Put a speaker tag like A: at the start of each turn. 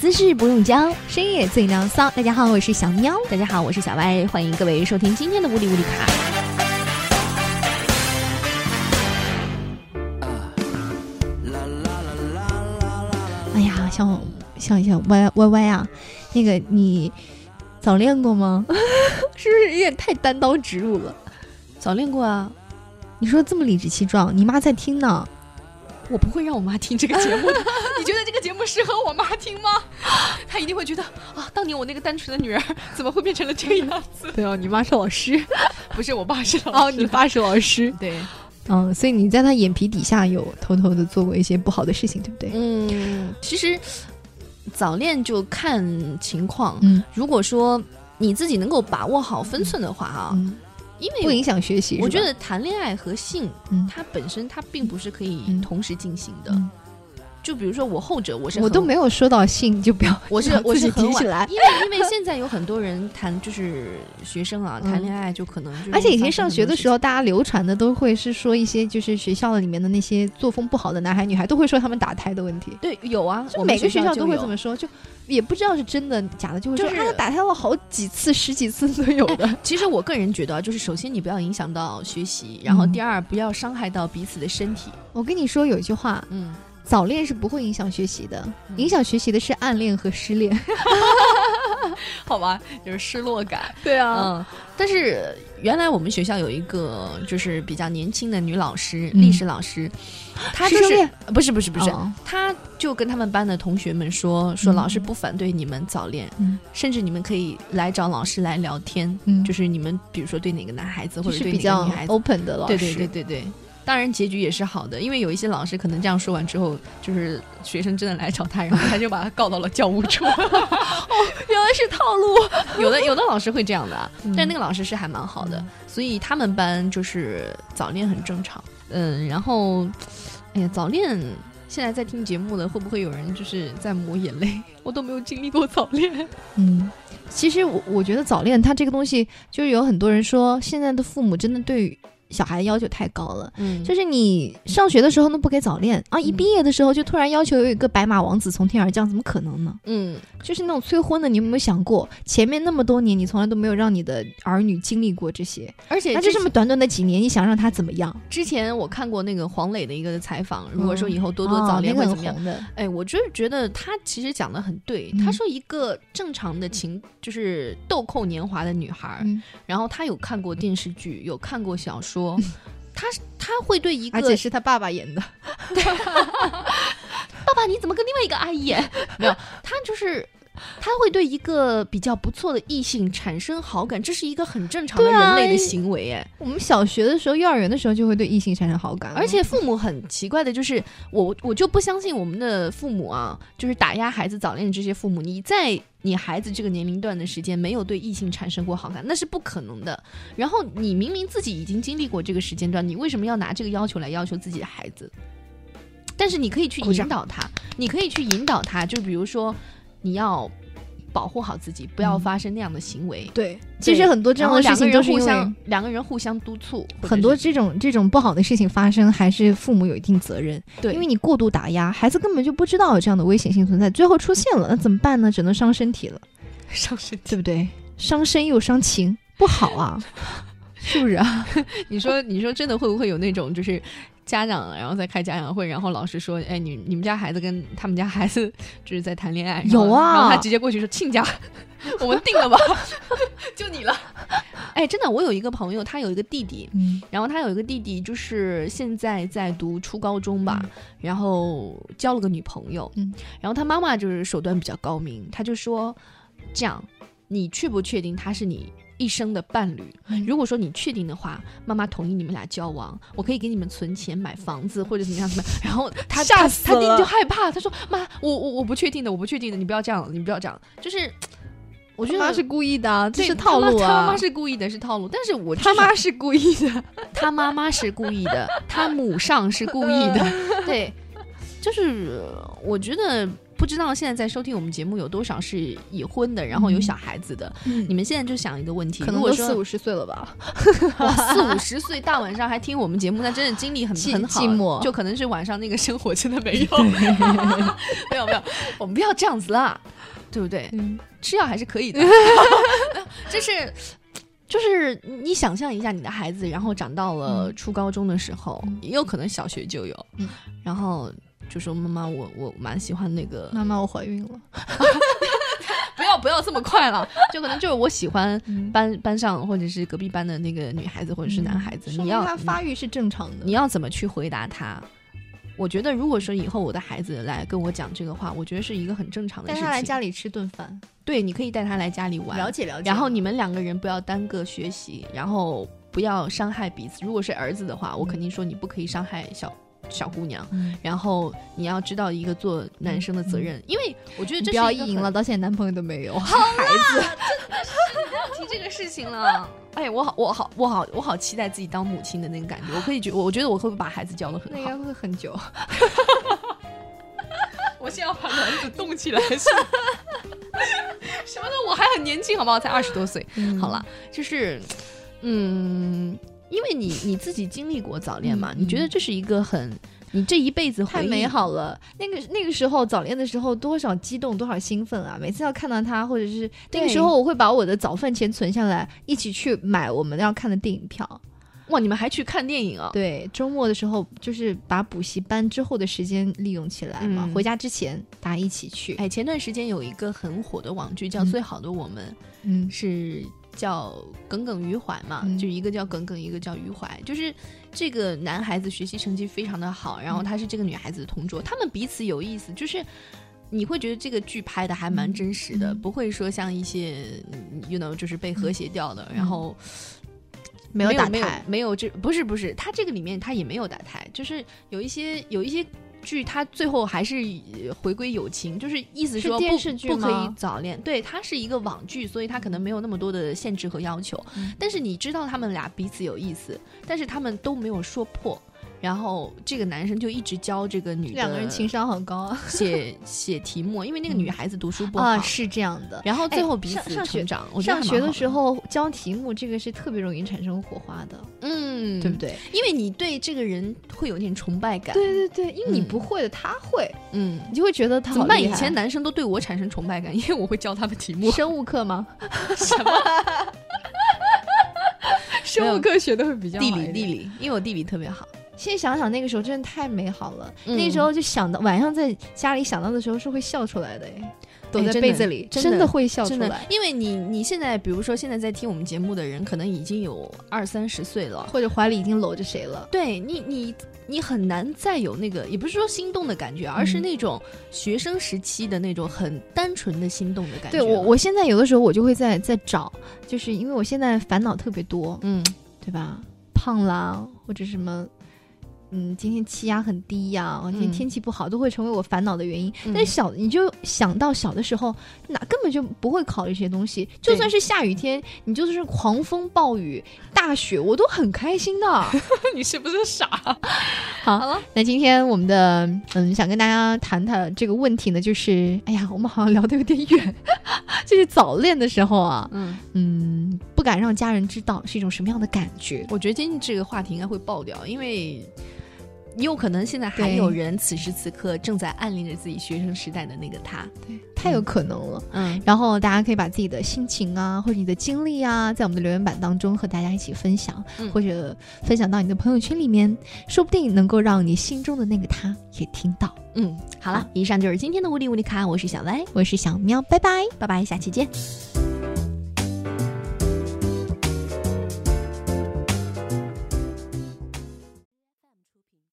A: 姿势不用教，
B: 深夜最聊骚。大家好，我是小喵。
A: 大家好，我是小歪，欢迎各位收听今天的无理无理卡。
B: 哎呀，像像像歪歪歪啊，那个你早恋过 吗？是不是有点太单刀直入了？
A: 早恋过啊，
B: 你说这么理直气壮，你妈在听呢。
A: 我不会让我妈听这个节目的。 你觉得这个节目适合我妈听吗？ 她一定会觉得啊，当年我那个单纯的女儿怎么会变成了这个样子？
B: 对哦，你妈是老师
A: 不是，我爸是老
B: 哦，
A: 师
B: 你爸是老师。
A: 对，
B: 嗯，所以你在他眼皮底下有偷偷的做过一些不好的事情，对不对？
A: 嗯，其实早恋就看情况。
B: 嗯
A: 如果说你自己能够把握好分寸的话啊，
B: 嗯，
A: 因
B: 不
A: 为
B: 影响学习。
A: 我
B: 是吧
A: 觉得谈恋爱和性，
B: 嗯
A: 它本身它并不是可以
B: 嗯
A: 同时进行的。
B: 嗯
A: 就比如说我后者，我是
B: 我
A: 很
B: 都没有说到性，就不要
A: 我是
B: 让
A: 我
B: 自
A: 是
B: 己
A: 很
B: 提起
A: 晚
B: 来，
A: 因为因为现在有很多人谈就是学生啊，
B: 嗯
A: 谈恋爱就可能就是
B: 而且以前上学的时
A: 候，
B: 候，大家流传的都会是说一些就是学校里面的那些作风不好的男孩女孩，都会说他们打胎的问题。
A: 对有啊，
B: 就
A: 我们
B: 每个学
A: 校
B: 校都会这
A: 么。
B: 么说，就也不知道是真的假的，就会哎说、
A: 就是
B: 啊打胎了好几次，十几次都有的。
A: 其实我个人觉得啊，就是首先你不要影响到学习，然后
B: 嗯
A: 第二不要伤害到彼此的身体。
B: 我跟你说有一句话，
A: 嗯，
B: 早恋是不会影响学习的，
A: 嗯
B: 影响学习的是暗恋和失恋。
A: 好吧，就是失落感。
B: 对，啊
A: 嗯，但是原来我们学校有一个就是比较年轻的女老师，
B: 嗯
A: 历史老师，她
B: 师
A: 就
B: 生
A: 是
B: 恋哦
A: 不是不是不
B: 不
A: 是
B: 是，，
A: 他就跟他们班的同学们说，说
B: 嗯
A: 老师不反对你们早恋，
B: 嗯
A: 甚至你们可以来找老师来聊天，
B: 嗯
A: 就是你们比如说对哪个男孩子
B: 就
A: 或者
B: 是
A: 对
B: 比
A: 哪个
B: 较
A: 女孩子，
B: open 的老
A: 对
B: 师。
A: 对对对对。当然，结局也是好的，因为有一些老师可能这样说完之后，就是学生真的来找他，然后他就把他告到了教务处。 哦
B: 原来是套路。
A: 有的有的老师会这样的啊，
B: 嗯
A: 但那个老师是还蛮好的，所以他们班就是早恋很正常。嗯，然后，哎呀，早恋现在在听节目的会不会有人就是在抹眼泪？我都没有经历过早 恋。
B: 嗯，其实我我觉得早恋它这个东西，就是有很多人说现在的父母真的对小孩要求太高了。
A: 嗯
B: 就是你上学的时候呢不给早恋啊，一
A: 嗯
B: 毕业的时候就突然要求有一个白马王子从天而降，怎么可能呢？
A: 嗯，
B: 就是那种催婚的，你有没有想过，前面那么多年你从来都没有让你的儿女经历过这些，
A: 而且
B: 那就
A: 之
B: 这么短短的几年，你想让他怎么样？
A: 之前我看过那个黄磊的一个采访，如果说以后多多
B: 哦
A: 早恋
B: 那
A: 会
B: 个
A: 怎
B: 很
A: 么样？
B: 红的，
A: 哎，我就是觉得他其实讲的很对。
B: 嗯
A: 他说一个正常的情，就是豆蔻年华的女孩儿，
B: 嗯，
A: 然后他有看过电视剧，有看过小说，他他会对一
B: 嗯
A: 个
B: 而且是他爸爸演的，
A: 爸爸你怎么跟另外一个阿姨 演？没有，他就是他会对一个比较不错的异性产生好感，这是一个很正常的
B: 对啊
A: 人类的行为哎。
B: 我们小学的时候、幼儿园的时候就会对异性产生好感了，
A: 而且父母很奇怪的就是，我我就不相信我们的父母啊，就是打压孩子早恋的这些父母，你在你孩子这个年龄段的时间没有对异性产生过好感，那是不可能的。然后你明明自己已经经历过这个时间段，你为什么要拿这个要求来要求自己的孩子？但是你可以去
B: 鼓掌
A: 引导他，你可以去引导他，就比如说你要保护好自己，不要
B: 嗯
A: 发生那样的行为。
B: 对，其实很多这样
A: 然后
B: 的事
A: 两个
B: 情都
A: 人
B: 是因
A: 互
B: 为
A: 相，两个人互相督促，或者
B: 很多
A: 是
B: 这种这种不好的事情发生，还是父母有一定责任，
A: 对，
B: 因为你过度打压，孩子根本就不知道有这样的危险性存在，最后出现了，那怎么办呢？只能伤身体了，
A: 嗯上身体
B: 对不对？伤身又伤情，不好啊，是不是啊？
A: 你说，你说真的会不会有那种就是家长，然后再开家长会，然后老师说，哎，你你们家孩子跟他们家孩子就是在谈恋爱，然后
B: 有啊
A: 然后他直接过去说亲家， 我们定了吧， 就你了。哎，真的，我有一个朋友，他有一个弟弟，
B: 嗯，
A: 然后他有一个弟弟，就是现在在读初高中吧，然后交了个女朋友，
B: 嗯
A: 然后他妈妈就是手段比较高明，他就说，这样，你确不确定他是你一生的伴侣？
B: 嗯
A: 如果说你确定的话，妈妈同意你们俩交往，我可以给你们存钱买房子或者怎么 样怎么样。然后他
B: 吓
A: 他
B: 死
A: 他弟弟
B: 了
A: 就害怕，他说妈，我我我不确定的，我不确定的，你不要这样，你不要这样，就是。我
B: 我
A: 觉得
B: 妈是故意的啊，这
A: 对
B: 是套路
A: 他妈他
B: 啊
A: 妈。是故意的，是套路。但是我
B: 他
A: 至少
B: 妈是故意的，
A: 他妈妈是故意
B: 嗯
A: 的，他母上是故意的，对，就是呃我觉得不知道现在在收听我们节目有多少是已婚的，然后有小孩子的。你
B: 嗯，
A: 们现在就想一个问题，
B: 可
A: 如
B: 能
A: 果
B: 都
A: 说
B: 四五十岁了吧？
A: 哇，四五十岁大晚上还听我们节目，那真的精力很
B: 寂
A: 很好。
B: 寂寞
A: 就可能是晚上那个生活真 的没有， 没有没有，我们不要这样子啦，对不对？
B: 嗯，
A: 吃药还是可 以的，就是。就是你想象一下，你的孩子然后长到了
B: 嗯
A: 初高中的时候，
B: 嗯
A: 也有可能小学就有，
B: 嗯
A: 然后就说妈妈，我我蛮喜欢那个，
B: 妈妈，我怀孕了。
A: 不要不要这么快了， 就可能就是我喜欢
B: 嗯，
A: 班班上或者是隔壁班的那个女孩子或者是男孩子，
B: 嗯说
A: 你
B: 明
A: 要
B: 他发育是正常的。
A: 你要怎么去回答他？我觉得，如果说以后我的孩子来跟我讲这个话，我觉得是一个很正常的
B: 带
A: 事
B: 他来
A: 情。
B: 家里吃顿饭，
A: 对，你可以带他来家里玩，
B: 了解了解。
A: 然后你们两个人不要单个学习，然后不要伤害彼此。如果是儿子的话，我
B: 嗯
A: 肯定说你不可以伤害小小姑娘。
B: 嗯，
A: 然后你要知道一个做男生的责任，因为我觉得
B: 你
A: 这
B: 不要
A: 是一
B: 意
A: 个
B: 淫
A: 很
B: 了，到现在男朋友都没有。
A: 提这个事情了。哎，我好，我好，我好，我好期待自己当母亲的那个感觉。我可以觉，我觉得我会把孩子教的 很
B: 那应
A: 好
B: 该。会很 久。
A: 我现在要把卵子冻起来是吗？ 什么的，我还很年轻，好不好？才二十多岁。
B: 嗯
A: 好了，就是，嗯，因为你你自己经历过早恋嘛，
B: 嗯
A: 你觉得这是一个很你这一辈子
B: 太
A: 回忆
B: 美。好了，那个那个时候早恋的时候多少激动，多少兴奋啊！每次要看到他，或者是那个时候，我会把我的早饭钱存下来，一起去买我们要看的电影票。
A: 哇，你们还去看电影啊？
B: 对，周末的时候就是把补习班之后的时间利用起来嘛，
A: 嗯
B: 回家之前大家一起去。
A: 哎，前段时间有一个很火的网剧叫《
B: 嗯
A: 最好的我们》，
B: 嗯，
A: 是叫耿耿于怀嘛，
B: 嗯
A: 就一个叫耿耿，一个叫于怀。就是这个男孩子学习成绩非常的好，
B: 嗯
A: 然后他是这个女孩子的同桌，他们彼此有意思，就是。你会觉得这个剧拍的还蛮真实的，
B: 嗯
A: 不会说像一些嗯，you know，就是被和谐掉的，然后
B: 没有打
A: 没有
B: 台，
A: 没有这不是不是，他这个里面他也没有打台，就是有一些有一些剧，他最后还是呃回归友情，就是意思
B: 是
A: 说
B: 电
A: 不
B: 视剧
A: 不可以
B: 吗
A: 早恋，对，它是一个网剧，所以它可能没有那么多的限制和要求，
B: 嗯
A: 但是你知道他们俩彼此有意思，但是他们都没有说破。然后这个男生就一直教这个女的
B: 两个人情商好高啊！
A: 写写题目，因为那个
B: 嗯
A: 女孩子读书不好，
B: 啊，是这样的。
A: 然后最
B: 哎
A: 后彼
B: 上
A: 此
B: 上学
A: 成长。我觉得
B: 上
A: 还
B: 学
A: 蛮
B: 的
A: 好
B: 时，候教题目，这个是特别容易产生火花的，
A: 嗯，
B: 对不？对？
A: 因为你对这个人会有点崇拜感，
B: 对对对，因为你
A: 嗯
B: 不会的，他会，
A: 嗯，
B: 你就会觉得他
A: 怎
B: 好
A: 么办？
B: 厉
A: 以
B: 害
A: 前男生都对我产生崇拜感，因 为我会教他们题目。
B: 生物课吗？
A: 什么
B: 生物课学的会比较
A: 地理地。理？因为我地理特别好。
B: 现在想想那个时候真的太美好了，
A: 嗯
B: 那时候就想到晚上在家里想到的时候是会笑出来的哎，躲在
A: 真的
B: 被子里
A: 真的
B: 的会笑出
A: 真的
B: 来，，
A: 因为你你现在，比如说现在在听我们节目的人，可能已经有二三十岁了，
B: 或者怀里已经搂着谁了。
A: 对你你你很难再有那个，也不是说心动的感觉，而是那种学生时期的那种很单纯的心动的感觉
B: 对我，
A: 了。
B: 我现在有的时候我就会在在找，就是因为我现在烦恼特别多，
A: 嗯
B: 对吧？胖啦，或者什么，嗯，今天气压很低呀、今天
A: 嗯
B: 天气不好，都会成为我烦恼的原因。
A: 嗯
B: 但是小，你就想到小的时候，哪根本就不会考虑这些东西。就
A: 对
B: 算是下雨天，你就算是狂风暴雨、大雪，我都很开心的。
A: 你是不是傻？
B: 那今天我们的嗯，想跟大家谈谈这个问题呢，就是，哎呀，我们好像聊得有点远， 就是早恋的时候啊，
A: 嗯，
B: 嗯，不敢让家人知道是一种什么样的感觉。
A: 我觉得今天这个话题应该会爆掉，因为也有可能现在还
B: 对
A: 有人此时此刻正在暗恋着自己学生时代的那个他。
B: 对，太有可能了。
A: 嗯，
B: 然后大家可以把自己的心情啊，或者你的经历啊，在我们的留言板当中和大家一起分享，
A: 嗯
B: 或者分享到你的朋友圈里面，说不定能够让你心中的那个他也听到。
A: 嗯，好了，以上就是今天的无理无理卡，我是小歪，
B: 我是小喵，拜拜。
A: 拜拜，下期见。